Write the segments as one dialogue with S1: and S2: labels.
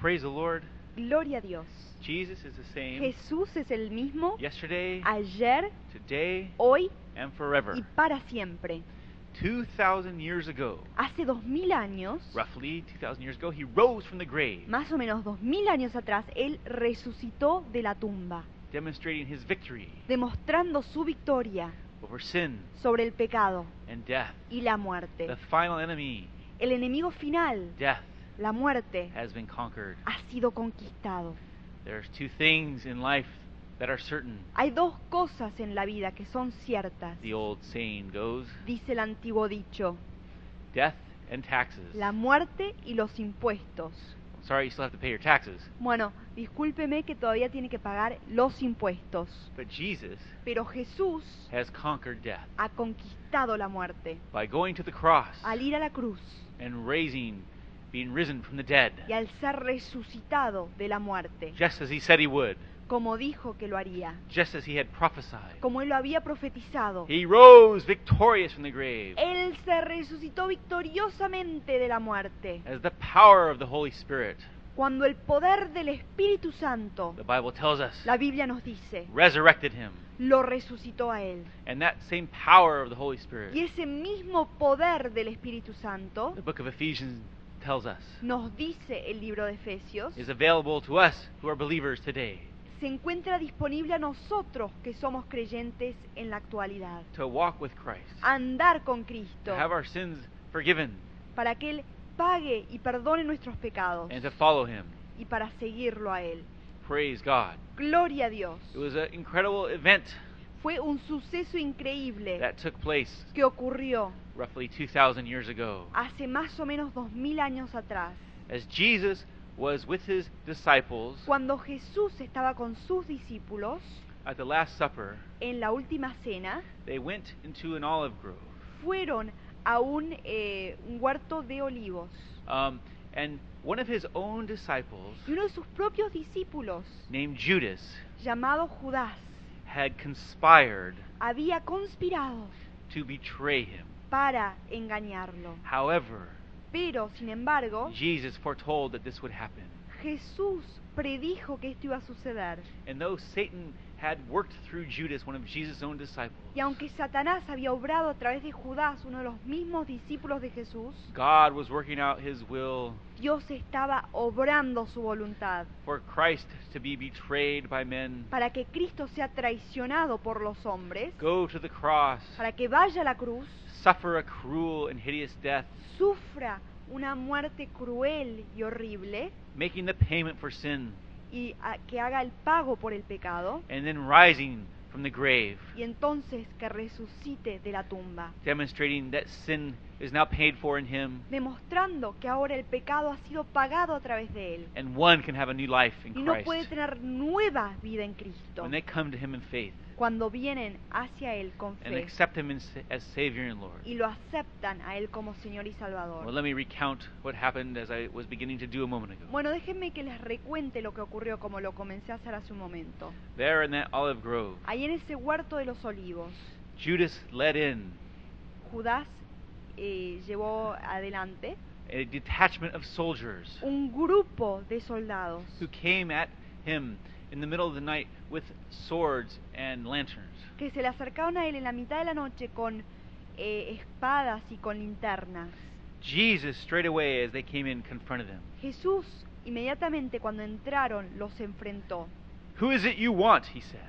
S1: Praise the Lord.
S2: Gloria a Dios.
S1: Jesus is the same
S2: Jesús es el mismo
S1: yesterday,
S2: ayer,
S1: today,
S2: hoy
S1: and
S2: y
S1: forever.
S2: para siempre.
S1: 2,000 years ago,
S2: Hace dos mil años,
S1: roughly 2,000 years ago, he rose from the grave,
S2: más o menos dos mil años atrás, Él resucitó de la tumba,
S1: demonstrating his victory
S2: demostrando su victoria
S1: over sin
S2: sobre el pecado
S1: and death.
S2: y la muerte.
S1: The final enemy,
S2: El enemigo final,
S1: death,
S2: la muerte,
S1: has been conquered.
S2: ha sido conquistado.
S1: There's two things in life that are certain,
S2: Hay dos cosas en la vida que son ciertas,
S1: the old saying goes
S2: dice el antiguo dicho,
S1: death and taxes.
S2: la muerte y los impuestos.
S1: Sorry, you still have to pay your taxes.
S2: Bueno, discúlpeme que todavía tiene que pagar los impuestos,
S1: But Jesus
S2: pero Jesús
S1: has conquered death
S2: ha conquistado la muerte
S1: by going to the cross
S2: al ir a la cruz
S1: and raising, being risen from the dead,
S2: y al ser resucitado de la muerte,
S1: just as he said he would,
S2: como dijo que lo haría,
S1: just as he had prophesied.
S2: como él lo había profetizado.
S1: He rose victorious from the grave
S2: Él se resucitó victoriosamente de la muerte.
S1: as the power of the Holy Spirit.
S2: Cuando el poder del Espíritu Santo,
S1: The Bible tells us
S2: la Biblia nos dice,
S1: resurrected him.
S2: lo resucitó a él.
S1: And that same power of the Holy
S2: Y
S1: Spirit,
S2: ese mismo poder del Espíritu Santo
S1: the book of Ephesians tells us,
S2: nos dice el libro de Efesios,
S1: is available to us who are believers today
S2: se encuentra disponible a nosotros que somos creyentes en la actualidad.
S1: to walk with Christ,
S2: Andar con Cristo
S1: to have our sins forgiven,
S2: para que Él pague y perdone nuestros pecados
S1: and to follow him.
S2: y para seguirlo a Él.
S1: Praise God.
S2: Gloria a Dios.
S1: It was an incredible event
S2: Fue un suceso increíble
S1: that took place
S2: que ocurrió
S1: roughly 2,000 years ago
S2: hace más o menos dos mil años atrás,
S1: as Jesus was with his disciples
S2: cuando Jesús estaba con sus discípulos
S1: at the Last Supper.
S2: en la última cena,
S1: They went into an olive grove.
S2: fueron a un, eh, un huerto de olivos.
S1: Um, and one of his own disciples,
S2: Y uno de sus propios discípulos,
S1: named Judas,
S2: llamado Judas,
S1: had conspired
S2: había conspirado
S1: to betray him.
S2: para engañarlo.
S1: However,
S2: Pero, sin embargo,
S1: Jesus foretold that this would happen.
S2: Jesús predijo que esto iba a suceder.
S1: And though Satan had worked through Judas, one of Jesus' own disciples,
S2: Y aunque Satanás había obrado a través de Judas, uno de los mismos discípulos de Jesús,
S1: God was working out his will
S2: Dios estaba obrando su voluntad
S1: for Christ to be betrayed by men,
S2: para que Cristo sea traicionado por los hombres,
S1: go to the cross,
S2: para que vaya a la cruz,
S1: suffer a cruel and hideous death,
S2: sufra una muerte cruel y horrible
S1: making the payment for sin,
S2: y a- que haga el pago por el pecado
S1: and then rising from the grave,
S2: y entonces que resucite de la tumba,
S1: demonstrating that sin is now paid for in him,
S2: demostrando que ahora el pecado ha sido pagado a través de él
S1: and one can have a new life in
S2: y no puede
S1: Christ
S2: tener nueva vida en Cristo
S1: when they come to him in faith
S2: cuando vienen hacia él con
S1: and
S2: fe
S1: accept him in, as Savior and Lord.
S2: y lo aceptan a él como Señor y Salvador.
S1: Well, let me recount what happened as I was beginning to do a moment ago.
S2: Bueno, déjenme que les recuente lo que ocurrió como lo comencé a hacer hace un momento.
S1: There in that olive grove,
S2: Ahí en ese huerto de los olivos,
S1: Judas led in
S2: Judas eh, llevó adelante
S1: a detachment of soldiers
S2: un grupo de soldados
S1: who came at him in the middle of the night with swords and lanterns.
S2: que se le acercaron a él en la mitad de la noche con eh, espadas y con linternas.
S1: Jesus, straight away as they came in, confronted them.
S2: Jesús inmediatamente cuando entraron los enfrentó.
S1: Who is it you want? He said.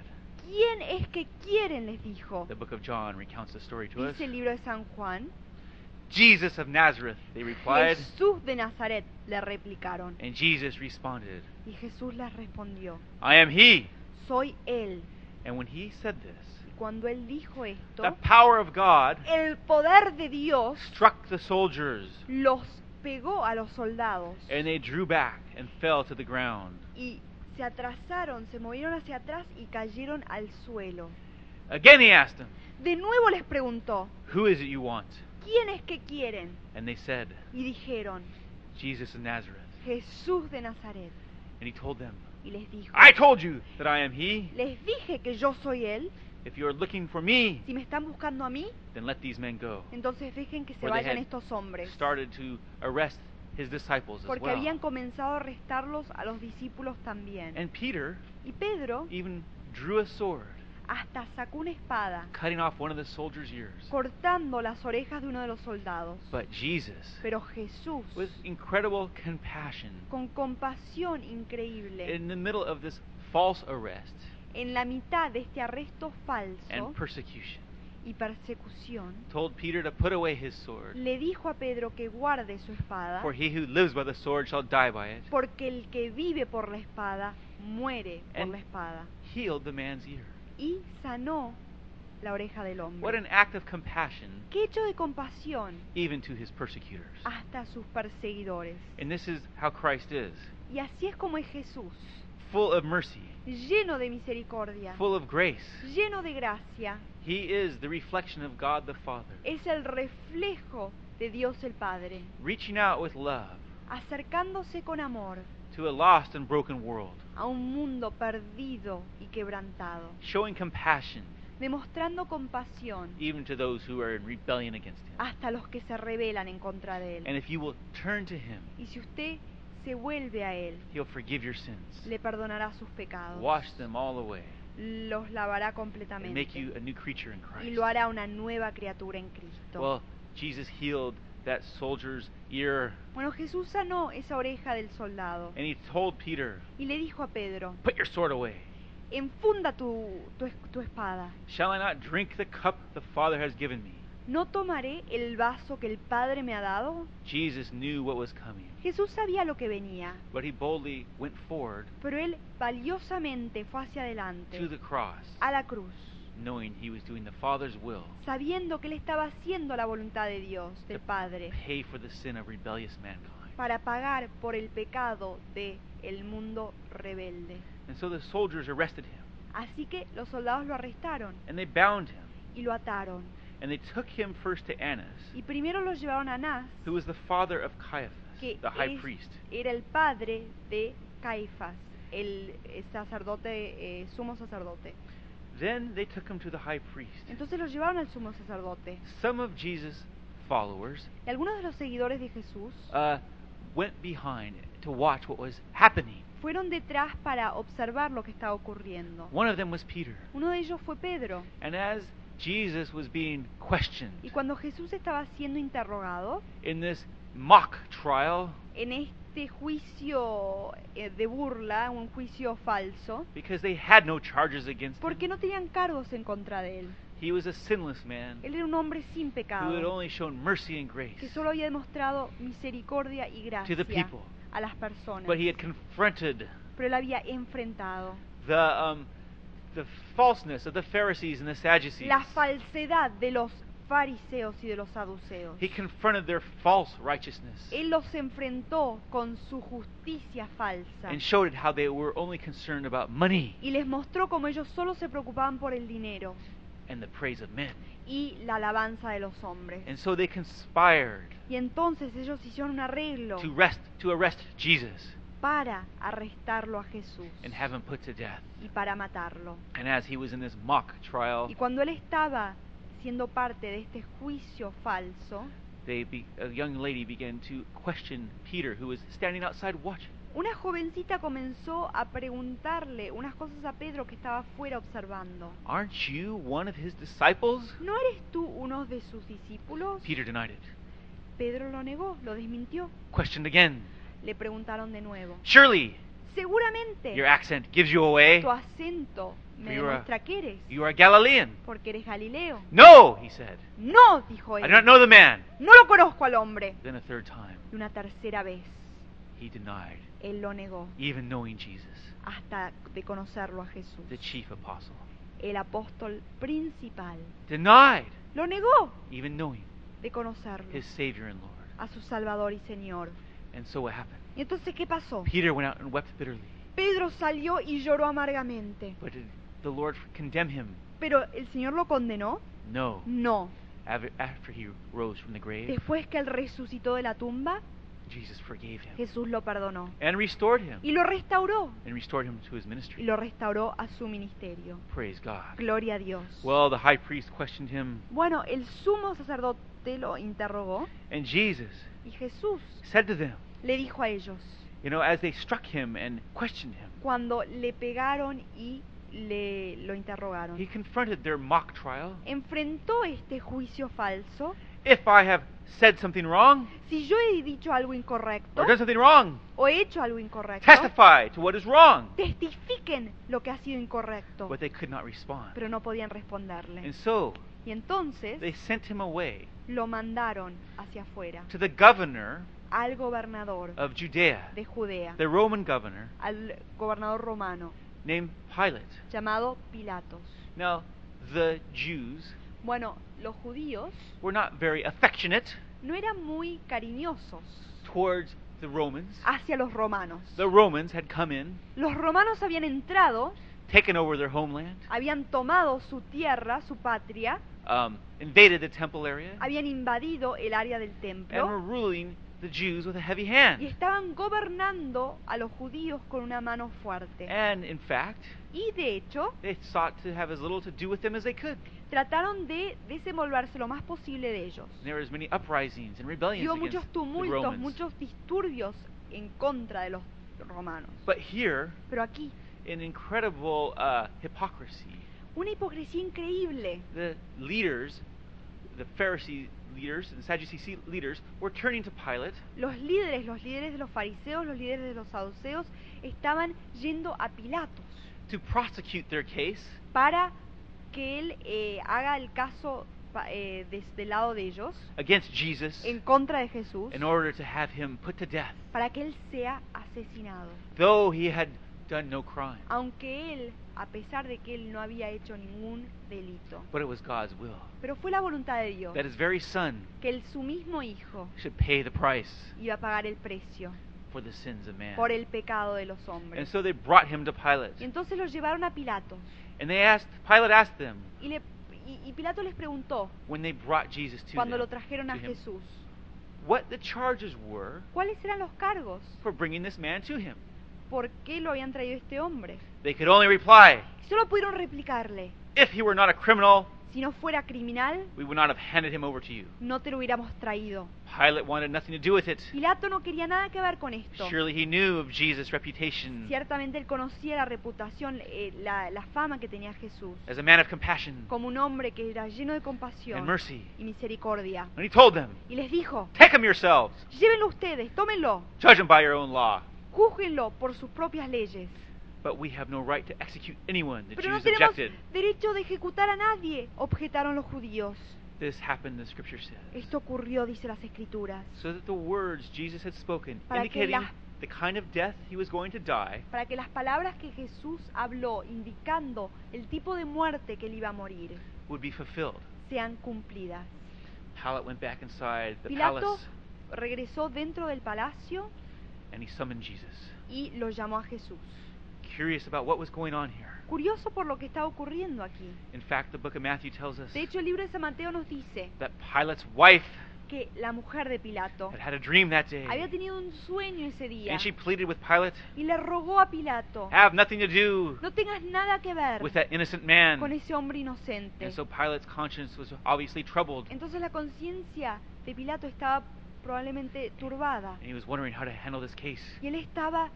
S2: ¿Quién es que quieren? les dijo.
S1: The book of John recounts the story to us.
S2: Dice el libro de San Juan.
S1: Jesus of Nazareth, they replied.
S2: Jesús de Nazaret le replicaron.
S1: And Jesus responded,
S2: Y Jesús les respondió,
S1: I am he.
S2: soy Él.
S1: And when he said
S2: Y
S1: this,
S2: cuando Él dijo
S1: the
S2: esto,
S1: power of God
S2: el poder de Dios
S1: struck the soldiers,
S2: los pegó a los soldados
S1: and they drew back and fell to the ground.
S2: y se atrasaron, se movieron hacia atrás y cayeron al suelo.
S1: Again he asked them,
S2: De nuevo les preguntó,
S1: Who is it you want?
S2: ¿quiénes que quieren?
S1: And they said,
S2: Y dijeron,
S1: Jesus of Nazareth.
S2: Jesús de Nazaret.
S1: And he told them,
S2: Y les dijo,
S1: I told you that I am he.
S2: les dije que yo soy Él.
S1: If you are looking for me,
S2: Si me están buscando a mí,
S1: then let these men go.
S2: entonces Pues dejen que se
S1: Where they
S2: vayan
S1: had
S2: estos hombres.
S1: Started to arrest his disciples as
S2: porque
S1: well.
S2: habían comenzado a restarlos a los discípulos también.
S1: And Peter
S2: Y Pedro
S1: even drew a sword,
S2: hasta sacó una espada,
S1: cutting off one of the soldier's ears.
S2: cortando las orejas de uno de los soldados.
S1: But Jesus,
S2: Pero Jesús,
S1: with incredible compassion,
S2: con compasión increíble,
S1: in the middle of this false arrest
S2: en la mitad de este arresto
S1: and
S2: falso
S1: persecution,
S2: y persecución,
S1: told Peter to put away his sword,
S2: le dijo a Pedro que guarde su espada,
S1: for he who lives by the sword shall die by it,
S2: porque el que vive por la espada muere por
S1: And-
S2: la espada.
S1: healed the man's ear.
S2: Y sanó la oreja del
S1: What an
S2: hombre.
S1: act of compassion,
S2: Qué hecho de compasión
S1: even to his persecutors.
S2: hasta sus perseguidores.
S1: And this is how Christ is
S2: Y así es como es Jesús,
S1: full of mercy,
S2: lleno de misericordia,
S1: full of grace.
S2: lleno de gracia,
S1: He is the reflection of God the Father,
S2: es el reflejo de Dios el Padre,
S1: reaching out with love
S2: acercándose con amor
S1: to a lost and broken world,
S2: a un mundo perdido y quebrantado,
S1: showing compassion
S2: demostrando compasión
S1: even to those who are in rebellion against Him.
S2: hasta los que se rebelan en contra de
S1: And
S2: Él.
S1: if you will turn to Him,
S2: Y si usted se vuelve a Él,
S1: He'll forgive your sins,
S2: le perdonará sus pecados,
S1: wash them all away,
S2: los lavará
S1: and make you
S2: completamente
S1: a new creature in
S2: y lo
S1: Christ.
S2: hará una nueva criatura en Cristo.
S1: Well, Jesus healed that soldier's ear,
S2: Bueno, Jesús sanó esa oreja del soldado
S1: and He told Peter,
S2: y le dijo a Pedro,
S1: Put your sword away.
S2: enfunda tu, tu, es- tu espada,
S1: Shall I not drink the cup the Father has given me?
S2: ¿no tomaré el vaso que el Padre me ha dado?
S1: Jesus knew what was coming,
S2: Jesús sabía lo que venía,
S1: but he boldly went forward
S2: pero él valiosamente fue hacia adelante,
S1: to the cross,
S2: a la cruz,
S1: knowing he was doing the Father's will
S2: sabiendo que él estaba haciendo la voluntad de Dios, del
S1: to
S2: Padre,
S1: pay for the sin of rebellious mankind.
S2: para pagar por el pecado de el mundo rebelde.
S1: And so the soldiers arrested him,
S2: Así que los soldados lo arrestaron
S1: and they bound him,
S2: y lo ataron.
S1: and they took him first to Annas,
S2: Y primero lo llevaron a Anás,
S1: who was the father of
S2: que
S1: Caiaphas, the high
S2: es-
S1: priest.
S2: era el padre de Caifás, el eh, sacerdote, eh, sumo sacerdote.
S1: Then they took him to the high priest.
S2: Entonces lo llevaron al sumo sacerdote.
S1: Some of Jesus' followers
S2: Y algunos de los seguidores de Jesús
S1: uh, went behind to watch what was happening.
S2: fueron detrás para observar lo que estaba ocurriendo.
S1: One of them was Peter.
S2: Uno de ellos fue Pedro.
S1: And as Jesus was being questioned
S2: Y cuando Jesús estaba siendo interrogado
S1: in this mock trial,
S2: en este juicio eh, de burla, un juicio falso,
S1: because they had no charges against
S2: porque
S1: him,
S2: no tenían cargos en contra de él.
S1: he was a sinless man
S2: Él era un hombre sin
S1: who had
S2: pecado,
S1: only shown mercy and grace
S2: que solo había demostrado misericordia y
S1: to the
S2: gracia
S1: people. Pues,
S2: a las personas.
S1: But he had confronted
S2: pero él había enfrentado
S1: the, um, the falseness of the Pharisees and the Sadducees.
S2: la falsedad de los fariseos y de los saduceos.
S1: He confronted their false righteousness
S2: Él los enfrentó con su justicia falsa
S1: and showed it how they were only concerned about money
S2: y les mostró cómo ellos solo se preocupaban por el dinero
S1: and the praise of men.
S2: y la alabanza de los hombres.
S1: And so they conspired
S2: Y entonces ellos hicieron un arreglo
S1: to, rest, to arrest Jesus
S2: para arrestarlo a Jesús
S1: and have him put to death.
S2: y para matarlo.
S1: And as he was in this mock trial,
S2: Y cuando él estaba siendo parte de este juicio falso,
S1: they be, a young lady began to question Peter, who was standing outside watching.
S2: Una jovencita comenzó a preguntarle unas cosas a Pedro que estaba afuera observando.
S1: Aren't you one of his disciples?
S2: ¿No eres tú uno de sus discípulos?
S1: Peter denied it.
S2: Pedro lo negó, lo desmintió.
S1: Questioned again.
S2: Le preguntaron de nuevo.
S1: Surely
S2: Seguramente
S1: your accent gives you away.
S2: tu acento me
S1: You are-
S2: demuestra que eres,
S1: You are a Galilean.
S2: porque eres Galileo.
S1: No, he said.
S2: Ah, No, dijo
S1: I
S2: él.
S1: do not know the man.
S2: No lo conozco al hombre.
S1: Then a third time,
S2: Y una tercera vez,
S1: he denied,
S2: él lo negó,
S1: even knowing Jesus,
S2: hasta de conocerlo a Jesús,
S1: the chief apostle.
S2: el apóstol principal.
S1: Denied,
S2: Lo negó
S1: even knowing
S2: de conocerlo
S1: his Savior and Lord.
S2: a su Salvador y Señor.
S1: And so what happened?
S2: ¿Y entonces qué pasó?
S1: Peter went out and wept bitterly.
S2: Pedro salió y lloró amargamente.
S1: But did the Lord condemn him?
S2: ¿Pero el Señor lo condenó?
S1: No.
S2: No.
S1: Af- After he rose from the grave,
S2: Después que él resucitó de la tumba,
S1: Jesus forgave him
S2: Jesús lo perdonó.
S1: and restored him
S2: Y lo restauró.
S1: and restored him to his
S2: Y
S1: ministry.
S2: lo restauró a su ministerio.
S1: Praise God.
S2: Gloria a Dios.
S1: Well, the high priest questioned him,
S2: Bueno, el sumo sacerdote lo interrogó
S1: and Jesus,
S2: Y Jesús
S1: said to them,
S2: le dijo a ellos,
S1: you know, as they struck him and questioned him,
S2: cuando le pegaron y le lo interrogaron.
S1: he confronted their mock trial.
S2: Enfrentó este juicio falso.
S1: If I have said something wrong
S2: Si yo he dicho algo incorrecto
S1: or done something wrong,
S2: o he hecho algo incorrecto,
S1: testify to what is wrong.
S2: testifiquen lo que ha sido incorrecto.
S1: But they could not respond.
S2: Pero no podían responderle.
S1: And so
S2: Y entonces
S1: they sent him away
S2: lo mandaron hacia afuera,
S1: to the governor
S2: al gobernador
S1: of Judea,
S2: de Judea,
S1: the Roman governor
S2: al gobernador romano,
S1: named Pilate.
S2: llamado Pilatos.
S1: Now, the Jews
S2: Bueno, los judíos
S1: were not very affectionate
S2: no eran muy cariñosos
S1: towards the Romans.
S2: hacia los romanos.
S1: The Romans had come in,
S2: Los romanos habían entrado,
S1: taken over their homeland,
S2: habían tomado su tierra, su patria,
S1: um, invaded the temple area,
S2: habían invadido el área del
S1: and were
S2: templo
S1: ruling the Jews with a heavy
S2: y
S1: hand.
S2: estaban gobernando a los judíos con una mano fuerte.
S1: And in fact,
S2: Y de hecho,
S1: they sought to have as little to do with them as they could.
S2: trataron de desenvolverse lo más posible de ellos.
S1: And there was many uprisings and rebellions
S2: Hubo
S1: against
S2: muchos
S1: the
S2: tumultos,
S1: Romans.
S2: muchos disturbios en contra de los romanos.
S1: But here,
S2: Pero aquí,
S1: an incredible uh, hypocrisy.
S2: una hipocresía increíble.
S1: The leaders, the Pharisee leaders and Sadducee se- leaders, were turning to Pilate
S2: Los líderes, los líderes de los fariseos, los líderes de los saduceos, estaban yendo a Pilatos
S1: to prosecute their case
S2: para que él eh, haga el caso pa- eh, des- del lado de ellos,
S1: against Jesus
S2: en contra de Jesús,
S1: in order to have him put to death,
S2: para que él sea asesinado.
S1: though he had done no crime.
S2: Aunque él, a pesar de que él no había hecho ningún delito.
S1: But it was God's will
S2: Pero fue la voluntad de Dios
S1: that his very son
S2: que el, su mismo hijo
S1: should pay the price
S2: iba a pagar el precio
S1: for the sins of man.
S2: por el pecado de los
S1: And
S2: hombres.
S1: so they brought him to Pilate.
S2: Y entonces los llevaron a Pilato.
S1: And they asked, Pilate asked them
S2: Y, le, y, y Pilato les preguntó,
S1: when they brought Jesus to,
S2: cuando
S1: them-
S2: lo trajeron a
S1: to him
S2: Jesús,
S1: what the charges were
S2: ¿cuáles eran los cargos?
S1: for bringing this man to him.
S2: ¿Por qué lo habían traído este hombre?
S1: They could only reply,
S2: Y Solo pudieron replicarle,
S1: if he were not a criminal,
S2: si no fuera criminal,
S1: we would not have handed him over to you.
S2: no te lo hubiéramos traído.
S1: Pilate wanted nothing to do with it.
S2: Pilato no quería nada que ver con esto.
S1: Surely he knew of Jesus' reputation
S2: Ciertamente él conocía la reputación, eh, la, la fama que tenía Jesús,
S1: as a man of compassion
S2: como un hombre que era lleno de
S1: and
S2: compasión
S1: mercy.
S2: y misericordia.
S1: And he told them,
S2: Y les dijo,
S1: Take him yourselves,
S2: llévenlo ustedes, tómenlo,
S1: judge him by your own law.
S2: júzguenlo por sus propias leyes.
S1: But we have no right to execute anyone, the
S2: Pero no
S1: Jews
S2: tenemos
S1: objected.
S2: derecho de ejecutar a nadie, objetaron los judíos.
S1: This happened, the scripture says.
S2: Esto ocurrió, dice las escrituras,
S1: So that the words Jesus had spoken,
S2: Para que
S1: indicating
S2: la-
S1: the kind of death he was going to die,
S2: para que las palabras que Jesús habló indicando el tipo de muerte que él iba a morir
S1: would be fulfilled.
S2: sean cumplidas.
S1: Pilate went back inside the
S2: Pilato
S1: palace
S2: regresó dentro del palacio
S1: and he summoned Jesus.
S2: y lo llamó a Jesús.
S1: curious about what was going on here.
S2: Curioso por lo que está ocurriendo aquí.
S1: In fact, the book of Matthew tells us
S2: De hecho, el libro de San Mateo nos dice
S1: that Pilate's wife
S2: que la mujer de Pilato
S1: had had a dream that day.
S2: había tenido un sueño ese día
S1: And she pleaded with Pilate,
S2: y le rogó a Pilato,
S1: have nothing to do
S2: no tengas nada que ver
S1: with that innocent
S2: con
S1: man.
S2: ese hombre inocente.
S1: And so Pilate's conscience was obviously troubled, and
S2: Entonces la conciencia de Pilato estaba probablemente turbada
S1: he was wondering how to handle this case.
S2: y él estaba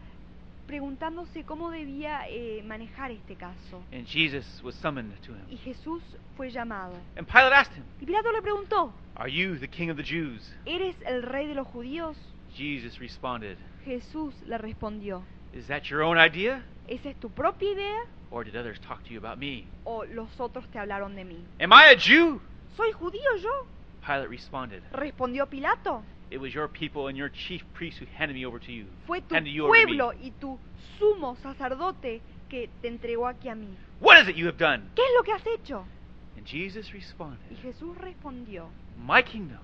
S2: preguntándose cómo debía eh, manejar este caso.
S1: And Jesus was summoned to
S2: Y
S1: him.
S2: Jesús fue llamado.
S1: And Pilate asked him,
S2: Y Pilato le preguntó,
S1: Are you the king of the Jews?
S2: ¿eres el rey de los judíos?
S1: Jesus responded,
S2: Jesús le respondió,
S1: Is that your own idea?
S2: ¿esa es tu propia idea
S1: Or did others talk to you about me?
S2: o los otros te hablaron de mí?
S1: Am I a Jew?
S2: ¿Soy judío yo?
S1: Pilate responded,
S2: Respondió Pilato.
S1: It was your people and your chief priests who handed me over to you.
S2: Fue tu
S1: handed you over to me.
S2: pueblo y tu sumo sacerdote que te entregó aquí a mí.
S1: What is it you have done?
S2: ¿Qué es lo que has hecho?
S1: And Jesus
S2: Y
S1: responded,
S2: Jesús respondió,
S1: My kingdom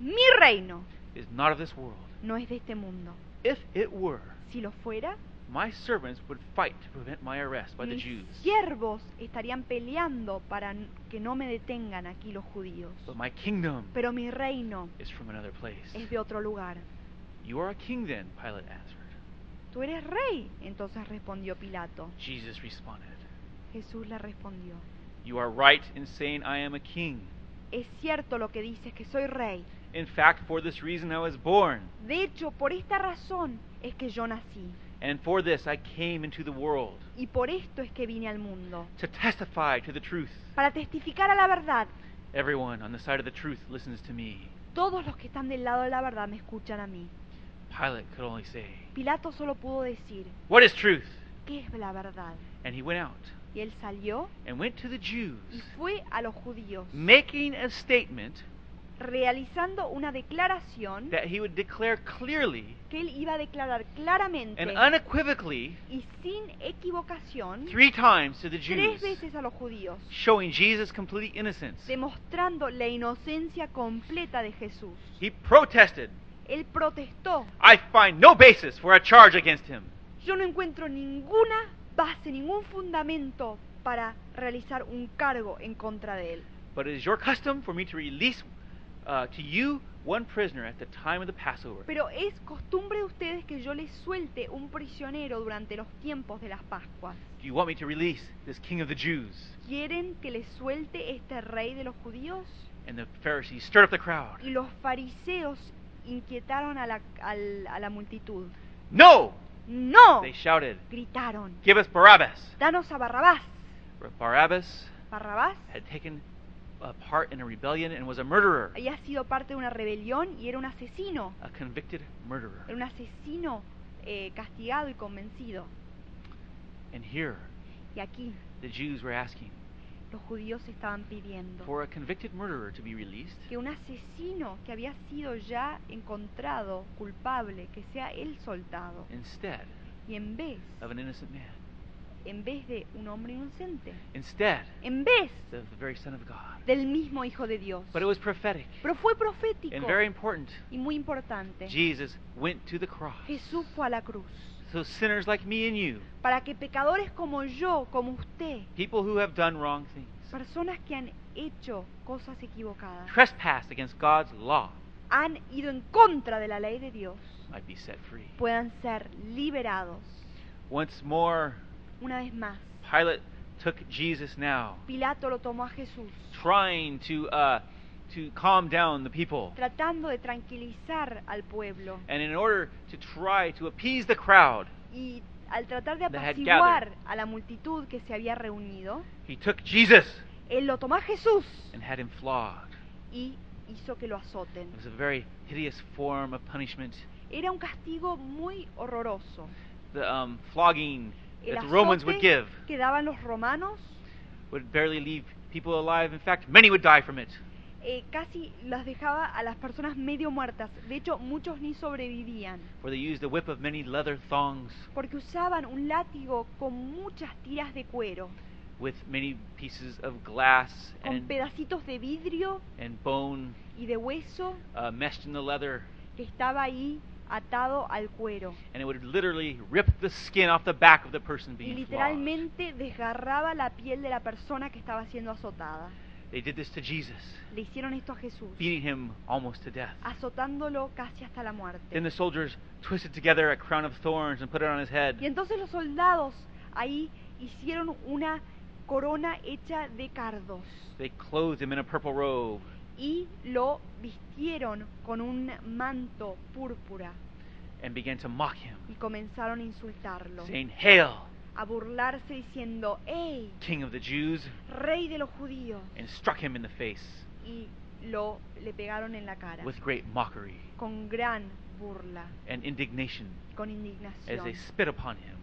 S2: mi reino
S1: is not of this world.
S2: no es de este mundo.
S1: If it were,
S2: Si lo fuera,
S1: my servants would fight to prevent my arrest by the
S2: mis
S1: Jews.
S2: siervos estarían peleando para n- que no me detengan aquí los judíos.
S1: But my kingdom
S2: Pero mi reino
S1: is from another place.
S2: es de otro lugar.
S1: You are a king then, Pilate answered.
S2: Tú eres rey, entonces respondió Pilato.
S1: Jesus responded,
S2: Jesús le respondió,
S1: You are right in saying I am a king.
S2: es cierto lo que dices que soy rey,
S1: In fact, for this reason I was born,
S2: De hecho, por esta razón es que yo nací
S1: and for this I came into the world
S2: y por esto es que vine al mundo,
S1: to testify to the truth.
S2: para testificar a la verdad.
S1: Everyone on the side of the truth listens to me.
S2: Todos los que están del lado de la verdad me escuchan a mí.
S1: Pilate could only say,
S2: Pilato solo pudo decir,
S1: What is truth?
S2: ¿qué es la verdad?
S1: And he went out
S2: Y él salió
S1: and went to the Jews,
S2: y fue a los judíos,
S1: making a statement
S2: realizando una declaración
S1: that he would declare clearly
S2: que él iba a declarar
S1: and
S2: claramente
S1: unequivocally
S2: y sin equivocación
S1: three times to the
S2: tres
S1: Jews,
S2: veces a los judíos,
S1: showing Jesus' complete innocence.
S2: demostrando la inocencia completa de Jesús.
S1: He protested,
S2: Él protestó,
S1: I find no basis for a charge against him.
S2: yo no encuentro ninguna base, ningún fundamento para realizar un cargo en contra de él.
S1: But it is your custom for me to release uh, to you one prisoner at the time of the Passover.
S2: Pero es costumbre de ustedes que yo les suelte un prisionero durante los tiempos de las Pascuas.
S1: Do you want me to release this king of the Jews?
S2: ¿Quieren que les suelte este rey de los judíos?
S1: And the Pharisees stirred up the crowd.
S2: Y los fariseos inquietaron a la, al- a la multitud.
S1: No!
S2: ¡No!
S1: They shouted,
S2: Gritaron.
S1: Give us Barabbas!
S2: Danos a Barrabás.
S1: Barabbas
S2: Barrabás
S1: had taken a part in a rebellion and was a murderer,
S2: había sido parte de una rebelión y era un asesino.
S1: a convicted
S2: Era
S1: murderer.
S2: un asesino eh, castigado y convencido.
S1: And here,
S2: Y aquí
S1: the Jews were asking
S2: los judíos estaban pidiendo
S1: for a convicted murderer to be released
S2: que un asesino que había sido ya encontrado culpable, que sea él soltado.
S1: instead
S2: Y en vez,
S1: of an innocent man,
S2: en vez de un hombre inocente,
S1: instead
S2: en vez
S1: of the very Son of God.
S2: del mismo Hijo de Dios.
S1: But it was prophetic
S2: Pero fue
S1: and
S2: profético
S1: very important.
S2: y muy importante.
S1: Jesus went to the cross
S2: Jesús fue a la cruz
S1: so sinners like me and you,
S2: para que pecadores como yo, como usted,
S1: people who have done wrong things,
S2: personas que han hecho cosas equivocadas,
S1: trespassed against God's law,
S2: han ido en contra de la ley de Dios,
S1: might be set free.
S2: puedan ser liberados.
S1: Once more,
S2: Una vez más,
S1: Pilate took Jesus now,
S2: Pilato lo tomó a Jesús,
S1: trying to uh, to calm down the people,
S2: tratando de tranquilizar al pueblo
S1: and in order to try to appease the crowd,
S2: y al tratar de
S1: They had
S2: apaciguar
S1: gathered.
S2: a la multitud que se había reunido,
S1: he took Jesus
S2: él lo tomó a Jesús
S1: and had him flogged.
S2: y hizo que lo azoten.
S1: It was a very hideous form of punishment.
S2: Era un castigo muy horroroso.
S1: The um, flogging
S2: El
S1: that the Romans would
S2: azote
S1: give
S2: que daban los romanos
S1: would barely leave people alive. In fact, many would die from it.
S2: eh, casi las dejaba a las personas medio muertas. De hecho, muchos ni sobrevivían,
S1: For they used the whip of many leather thongs
S2: porque usaban un látigo con muchas tiras de cuero,
S1: with many pieces of glass
S2: con
S1: and,
S2: pedacitos de vidrio
S1: and bone
S2: y de hueso
S1: uh, meshed in the leather.
S2: que estaba ahí atado al cuero.
S1: And it would literally rip the skin off the back of the person
S2: Y
S1: being flogged.
S2: literalmente desgarraba la piel de la persona que estaba siendo azotada.
S1: They did this to Jesus,
S2: Le hicieron esto a Jesús,
S1: beating him almost to death.
S2: Ah. azotándolo casi hasta la
S1: Then
S2: muerte.
S1: the soldiers twisted together a crown of thorns and put it on his head.
S2: Y entonces los soldados ahí hicieron una corona hecha de cardos
S1: They clothed him in a purple robe.
S2: y lo vistieron con un manto púrpura
S1: and began to mock him,
S2: y comenzaron a insultarlo,
S1: saying, Hail,
S2: a burlarse diciendo, ¡Ey,
S1: King of the Jews!
S2: rey de los judíos!
S1: and struck him in the face
S2: Y lo le pegaron en la cara
S1: with great mockery
S2: con gran burla,
S1: and indignation
S2: con
S1: as they
S2: indignación,
S1: spit upon him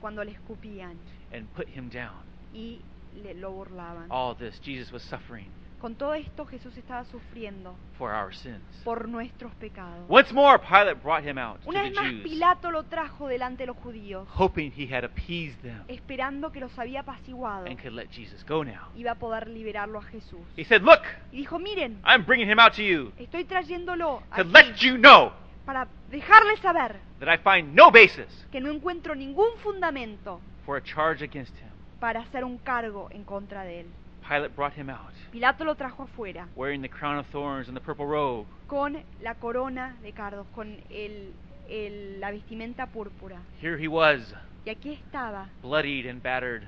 S2: cuando le escupían
S1: and put him down.
S2: y le, lo burlaban.
S1: All this Jesus was suffering
S2: Con todo esto Jesús estaba sufriendo
S1: for our sins.
S2: por nuestros pecados.
S1: Once more, Pilate brought him out to
S2: Una vez
S1: the
S2: más
S1: Jews,
S2: Pilato lo trajo delante de los judíos,
S1: hoping he had appeased them
S2: esperando que los había apaciguado
S1: and could let Jesus go now.
S2: iba a poder liberarlo a Jesús.
S1: He said, Look,
S2: Y dijo, miren,
S1: I'm bringing him out to you
S2: estoy trayéndolo
S1: to
S2: aquí
S1: let you know
S2: para dejarles saber
S1: that I find no basis
S2: que no encuentro ningún fundamento
S1: for a charge against him.
S2: para hacer un cargo en contra de él.
S1: Pilate brought him out,
S2: Pilato lo trajo afuera
S1: wearing the crown of thorns and the purple robe.
S2: con la corona de cardos, con el- el- la vestimenta púrpura.
S1: Here he was,
S2: Y aquí estaba,
S1: bloodied and battered,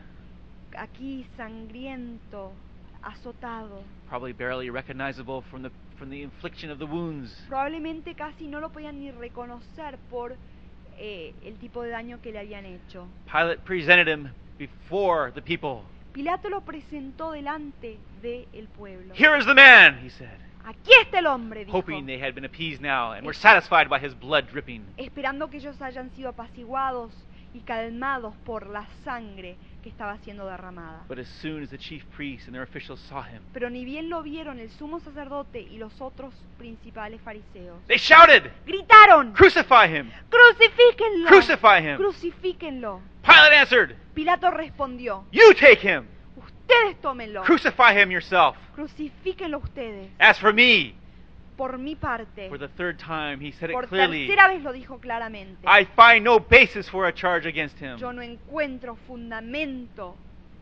S2: aquí sangriento, azotado,
S1: probably barely recognizable from the from the infliction of the wounds.
S2: Probablemente casi no lo podían ni reconocer por eh, el tipo de daño que le habían hecho.
S1: Pilate presented him before the people.
S2: Pilato lo presentó delante del pueblo.
S1: Here is the man, he said,
S2: Aquí está el hombre, dijo,
S1: hoping they had been appeased now and were satisfied by his blood dripping.
S2: esperando que ellos hayan sido apaciguados y calmados por la sangre que estaba siendo derramada.
S1: But as soon as the chief priests and their officials saw him,
S2: Pero ni bien lo vieron el sumo sacerdote y los otros principales fariseos.
S1: they shouted,
S2: Gritaron,
S1: Crucify him!
S2: crucifíquenlo,
S1: Crucify him!
S2: crucifíquenlo.
S1: Pilate answered,
S2: Pilato respondió,
S1: You take him!
S2: ustedes tómenlo,
S1: Crucify him yourself!
S2: crucifíquenlo ustedes.
S1: As for me,
S2: Por mi parte,
S1: for the third time he said
S2: por
S1: it clearly,
S2: tercera vez lo dijo claramente.
S1: I find no basis for a charge against him.
S2: Yo no encuentro fundamento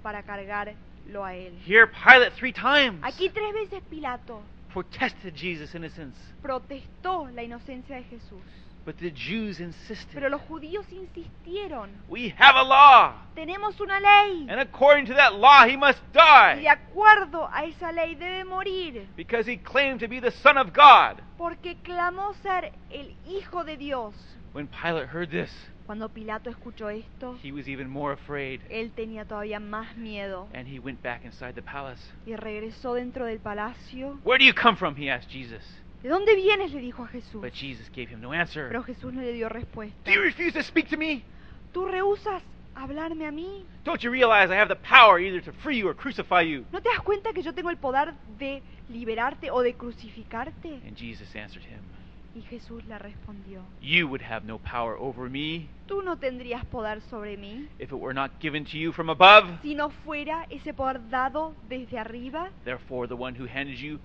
S2: para cargarlo a él.
S1: Here Pilate three times
S2: Aquí tres veces Pilato
S1: protested Jesus' innocence,
S2: protestó la inocencia de Jesús,
S1: but the Jews insisted.
S2: pero los judíos insistieron.
S1: We have a law,
S2: Tenemos una ley
S1: and according to that law he must
S2: y de
S1: die,
S2: acuerdo a esa ley debe morir
S1: because he claimed to be the Son of God.
S2: porque clamó ser el Hijo de Dios.
S1: When Pilate heard this,
S2: Cuando Pilato escuchó esto,
S1: he was even more afraid,
S2: él tenía todavía más miedo
S1: and he went back inside the palace.
S2: y regresó dentro del palacio.
S1: Where do you come from? he asked Jesus.
S2: ¿De dónde vienes? le dijo a Jesús.
S1: But Jesus gave him no
S2: Pero
S1: answer.
S2: Jesús no le dio respuesta.
S1: Do you refuse to speak to me?
S2: ¿Tú rehusas hablarme a mí?
S1: Don't you realize I have the power either to free you or crucify you?
S2: ¿No te das cuenta que yo tengo el poder de liberarte o de crucificarte?
S1: And Jesus answered him,
S2: Y Jesús le respondió,
S1: You would have no power over me
S2: tú no tendrías poder sobre mí
S1: if it were not given to you from above.
S2: si no fuera ese poder dado desde arriba.
S1: Therefore, the one who handed you,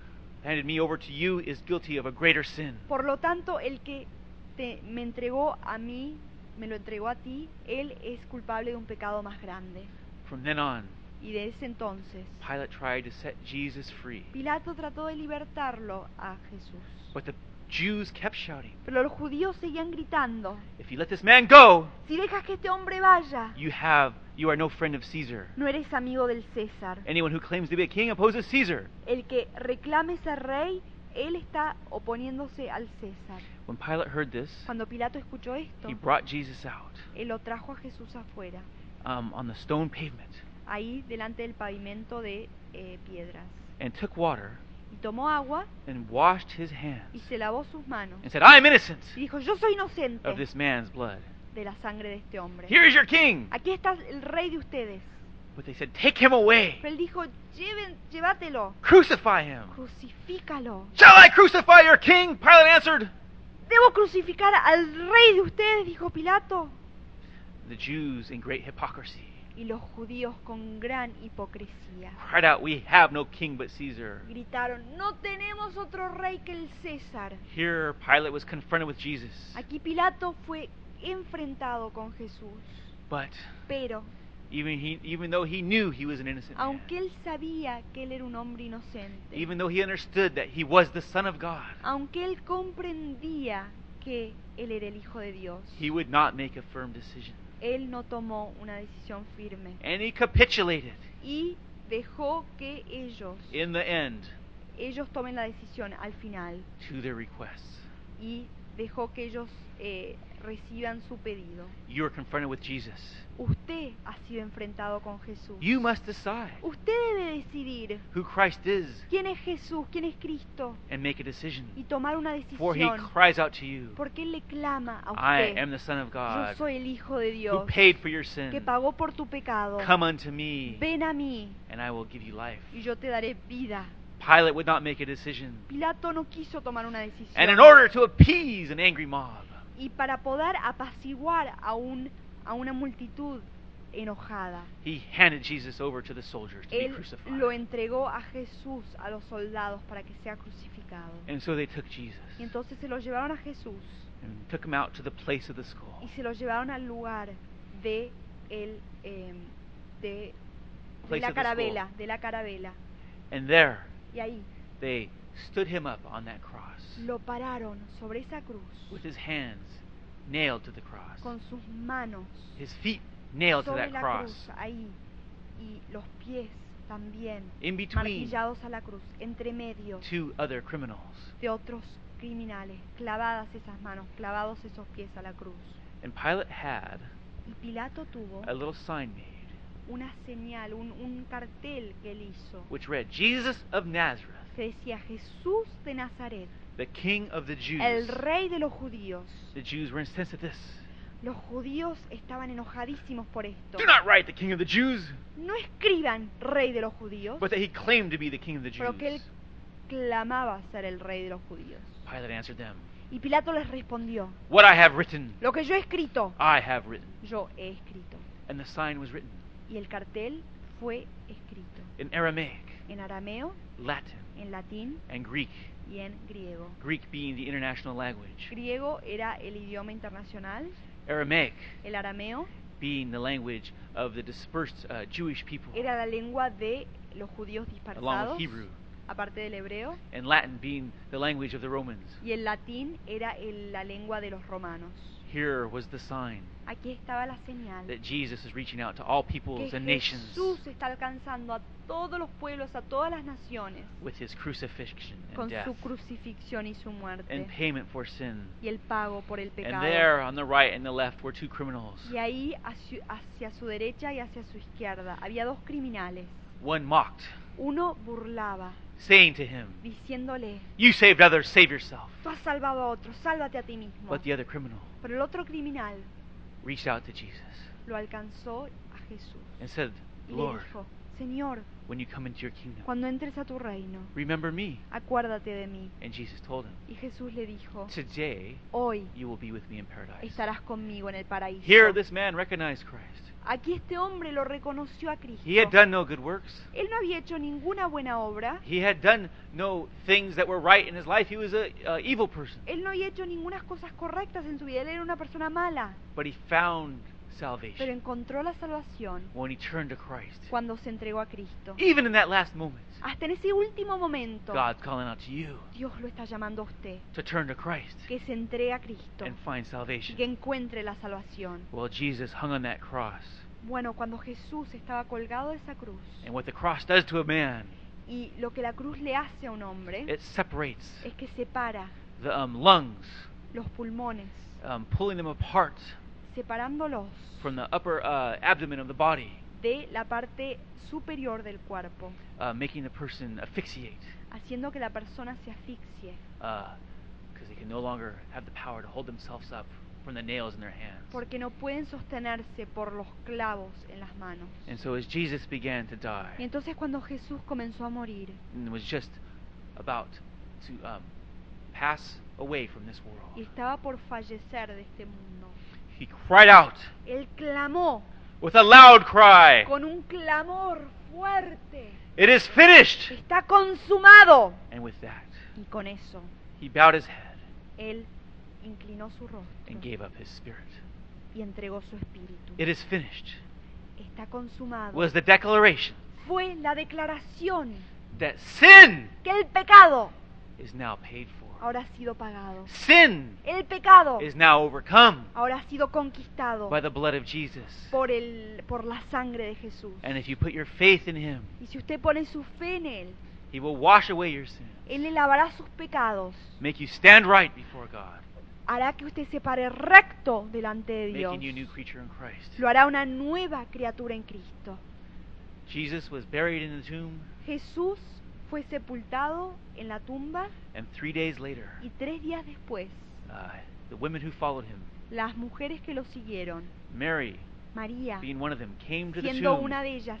S1: handed me over to you, is guilty of a greater sin.
S2: Por lo tanto, el que te, me entregó a mí, me lo entregó a ti, él es culpable de un pecado más grande.
S1: From then on,
S2: Y de ese entonces,
S1: Pilate tried to set Jesus free,
S2: Pilato trató de libertarlo a Jesús.
S1: but the Jews kept shouting,
S2: Pero los judíos seguían gritando,
S1: "If you let this man go,
S2: si dejas que este hombre vaya,
S1: you have you are no friend of Caesar.
S2: no eres amigo del César.
S1: Anyone who claims to be a king opposes Caesar."
S2: El que reclame ser rey, él está oponiéndose al César.
S1: When Pilate heard this,
S2: Cuando Pilato escuchó esto,
S1: he brought Jesus out
S2: él lo trajo a Jesús afuera,
S1: um, on the stone pavement
S2: ahí delante del pavimento de eh, piedras.
S1: and took water
S2: Y tomó agua
S1: and washed his
S2: y
S1: hands
S2: se lavó sus manos.
S1: and said, "I am innocent
S2: Y dijo, yo soy inocente
S1: of this man's blood.
S2: de la sangre de este hombre.
S1: Here is your king."
S2: Aquí está el rey de ustedes.
S1: But they said, "Take him away.
S2: Pero él dijo, Lleven, llévatelo,
S1: Crucify him."
S2: crucifícalo.
S1: Shall I crucify your king? Pilate answered.
S2: ¿Debo crucificar al rey de ustedes? dijo Pilato.
S1: The Jews, in great hypocrisy,
S2: Y los judíos con gran hipocresía.
S1: cried out, We have no king but Caesar.
S2: gritaron, no tenemos otro rey que el César.
S1: Here, Pilate was confronted with Jesus.
S2: Aquí Pilato fue enfrentado con Jesús,
S1: But
S2: pero
S1: even, he, even though he knew he was an innocent man,
S2: aunque él sabía que él era un hombre inocente,
S1: even though he understood that he was the Son of God,
S2: aunque él comprendía que él era el Hijo de Dios,
S1: he would not make a firm decision.
S2: él no tomó una decisión firme
S1: And he capitulated
S2: y dejó que ellos,
S1: in the end
S2: ellos tomen la decisión al final
S1: to their requests.
S2: y dejó que ellos eh, reciban su pedido.
S1: You are confronted with Jesus.
S2: Usted ha sido enfrentado con Jesús.
S1: You must decide
S2: Usted debe decidir
S1: who Christ is
S2: quién es Jesús, quién es Cristo
S1: and make a
S2: y
S1: decision.
S2: tomar una
S1: For he
S2: decisión.
S1: cries out to you,
S2: Porque Él le clama a
S1: I am
S2: usted.
S1: the Son of
S2: Yo
S1: God.
S2: soy el Hijo de
S1: who
S2: Dios
S1: paid for your sin.
S2: que pagó por tu pecado.
S1: Come unto me,
S2: Ven a mí
S1: and I will give you life.
S2: y yo te daré vida.
S1: Pilate would not make a decision.
S2: Pilato no quiso tomar una
S1: And in
S2: decisión.
S1: order to appease an angry mob,
S2: Y para poder apaciguar a, un, a una multitud enojada,
S1: he handed Jesus over to the soldiers to be
S2: Él lo
S1: crucified.
S2: entregó a Jesús, a los soldados, para que sea crucificado.
S1: And so they took Jesus
S2: Y entonces se lo llevaron a Jesús
S1: and took him out to the place of the
S2: y
S1: skull,
S2: se lo llevaron al lugar de el eh, de, de
S1: Place
S2: la
S1: of the skull.
S2: carabela, de la carabela.
S1: and there
S2: Y ahí
S1: they stood him up on that cross
S2: lo pararon sobre esa cruz
S1: with his hands nailed to the cross,
S2: con sus manos
S1: his feet nailed to
S2: sobre
S1: that
S2: la
S1: cross,
S2: cruz ahí y los pies también
S1: in between
S2: martillados a la cruz, entre medio
S1: two other criminals.
S2: de otros criminales, clavadas esas manos, clavados esos pies a la cruz.
S1: And Pilate had
S2: Y Pilato tuvo
S1: a little sign made
S2: una señal, un, un cartel que él hizo,
S1: which read, Jesus of Nazareth,
S2: que decía Jesús de Nazaret,
S1: the King of the Jews.
S2: el rey de los judíos.
S1: The Jews were incensed at this.
S2: Los judíos estaban enojadísimos por esto.
S1: Do not write the King of the Jews,
S2: No escriban rey de los judíos,
S1: but that he claimed to be the King of the Jews.
S2: pero que él clamaba ser el rey de los judíos.
S1: Pilate answered them,
S2: Y Pilato les respondió,
S1: What I have written,
S2: lo que yo he escrito,
S1: I have written.
S2: yo he escrito.
S1: And the sign was written
S2: Y el cartel fue escrito
S1: in Aramaic,
S2: en arameo,
S1: Latin,
S2: en latín
S1: and Greek.
S2: y en griego.
S1: Greek being the international language,
S2: Griego era el idioma internacional,
S1: Aramaic
S2: el arameo
S1: being the language of the dispersed uh, Jewish people,
S2: era la lengua de los judíos dispersados,
S1: Hebrew.
S2: aparte del hebreo,
S1: and Latin being the language of the Romans.
S2: y el latín era el- la lengua de los romanos.
S1: Here was the sign
S2: Aquí estaba la señal
S1: that Jesus is reaching out to all peoples and
S2: que
S1: nations
S2: Jesús está alcanzando a todos los pueblos, a todas las naciones,
S1: with his crucifixion and
S2: con
S1: death
S2: su crucifixión y su muerte,
S1: and payment for sin.
S2: y el pago por el
S1: And
S2: pecado.
S1: there on the right and the left were two criminals.
S2: Y ahí hacia, hacia su derecha y hacia su izquierda había dos criminales.
S1: One mocked,
S2: Uno burlaba,
S1: saying to him,
S2: diciéndole,
S1: You saved others, save yourself.
S2: tú has salvado a otro, sálvate a ti mismo.
S1: But the other criminal
S2: Pero el otro criminal
S1: reached out to Jesus
S2: lo alcanzó a Jesús
S1: and said,
S2: y le
S1: Lord,
S2: dijo, Señor,
S1: when you come into your kingdom,
S2: cuando entres a tu reino,
S1: remember me.
S2: acuérdate de mí.
S1: And Jesus told him,
S2: Y Jesús le dijo,
S1: Today
S2: hoy
S1: you will be with me in paradise.
S2: estarás conmigo en el paraíso.
S1: Here this man recognized Christ.
S2: Aquí este hombre lo reconoció a Cristo.
S1: He had done no good works.
S2: Él no había hecho ninguna buena obra.
S1: He had done no things that were right in his life. He was a uh, evil person.
S2: Él no había hecho ninguna cosas correctas en su vida. Él era una persona mala.
S1: But he found
S2: Pero
S1: salvation
S2: encontró la salvación
S1: when he turned to Christ.
S2: cuando se entregó a Cristo.
S1: Even in that last moment,
S2: Hasta en ese último momento,
S1: God's calling out to you
S2: Dios lo está llamando a usted,
S1: to turn to Christ
S2: que se entregue a Cristo
S1: and find
S2: y que
S1: salvation.
S2: encuentre la salvación.
S1: Well, Jesus hung on that cross.
S2: Bueno, cuando Jesús estaba colgado de esa cruz
S1: And what the cross does to a man,
S2: y lo que la cruz le hace a un hombre
S1: it separates
S2: es que separa
S1: the um, lungs,
S2: los pulmones,
S1: um, pulling them apart
S2: separándolos
S1: from the upper uh, abdomen of the body,
S2: de la parte superior del cuerpo,
S1: uh, making the person asphyxiate
S2: haciendo que la persona se asfixie,
S1: because they Uh, can no longer have the power to hold themselves up from the nails in their hands.
S2: porque no pueden sostenerse por los clavos en las manos.
S1: And so, as Jesus began to
S2: Y
S1: die,
S2: entonces cuando Jesús comenzó a morir,
S1: and was just about to um, pass away from this
S2: y
S1: world,
S2: estaba por fallecer de este mundo.
S1: he cried out
S2: Él clamó
S1: with a loud cry,
S2: con un clamor fuerte.
S1: It is finished!
S2: Está consumado.
S1: And with that,
S2: Y con eso,
S1: he bowed his head
S2: él inclinó su rostro
S1: and gave up his spirit.
S2: y entregó su espíritu.
S1: It is finished
S2: Está consumado.
S1: was the declaration
S2: Fue la declaración
S1: that sin
S2: que el pecado
S1: is now paid for,
S2: ahora ha sido pagado.
S1: sin
S2: El pecado
S1: is now overcome
S2: ahora ha sido conquistado
S1: by the blood of Jesus.
S2: por, el, por la sangre de Jesús.
S1: And if you put your faith in him,
S2: Y si usted pone su fe en él,
S1: he will wash away your sin,
S2: él le lavará sus pecados.
S1: make you stand right before God,
S2: hará que usted se pare recto delante de Dios.
S1: making you a new creature in Christ.
S2: Lo hará una nueva criatura en Cristo.
S1: Jesus was buried in the tomb,
S2: Jesús fue sepultado en la tumba
S1: and three days later,
S2: y tres días después,
S1: uh, the women who followed him,
S2: las mujeres que lo siguieron,
S1: Mary
S2: María,
S1: being one of them, came to the
S2: siendo
S1: tomb
S2: una de ellas,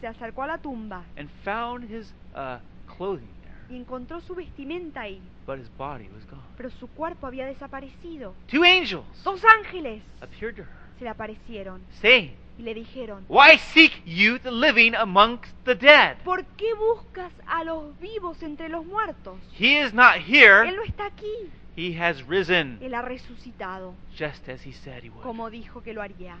S2: se acercó a la tumba
S1: and found his uh, clothing
S2: y
S1: there,
S2: encontró su vestimenta ahí,
S1: but his body was gone.
S2: pero su cuerpo había desaparecido.
S1: Two angels
S2: Dos ángeles
S1: appeared to her,
S2: se le aparecieron
S1: saying,
S2: y le dijeron,
S1: Why seek you the living amongst the dead?
S2: ¿por qué buscas a los vivos entre los muertos?
S1: He is not
S2: Él no
S1: here,
S2: está aquí.
S1: he has risen,
S2: Él ha resucitado,
S1: just as he said he would.
S2: como dijo que lo haría.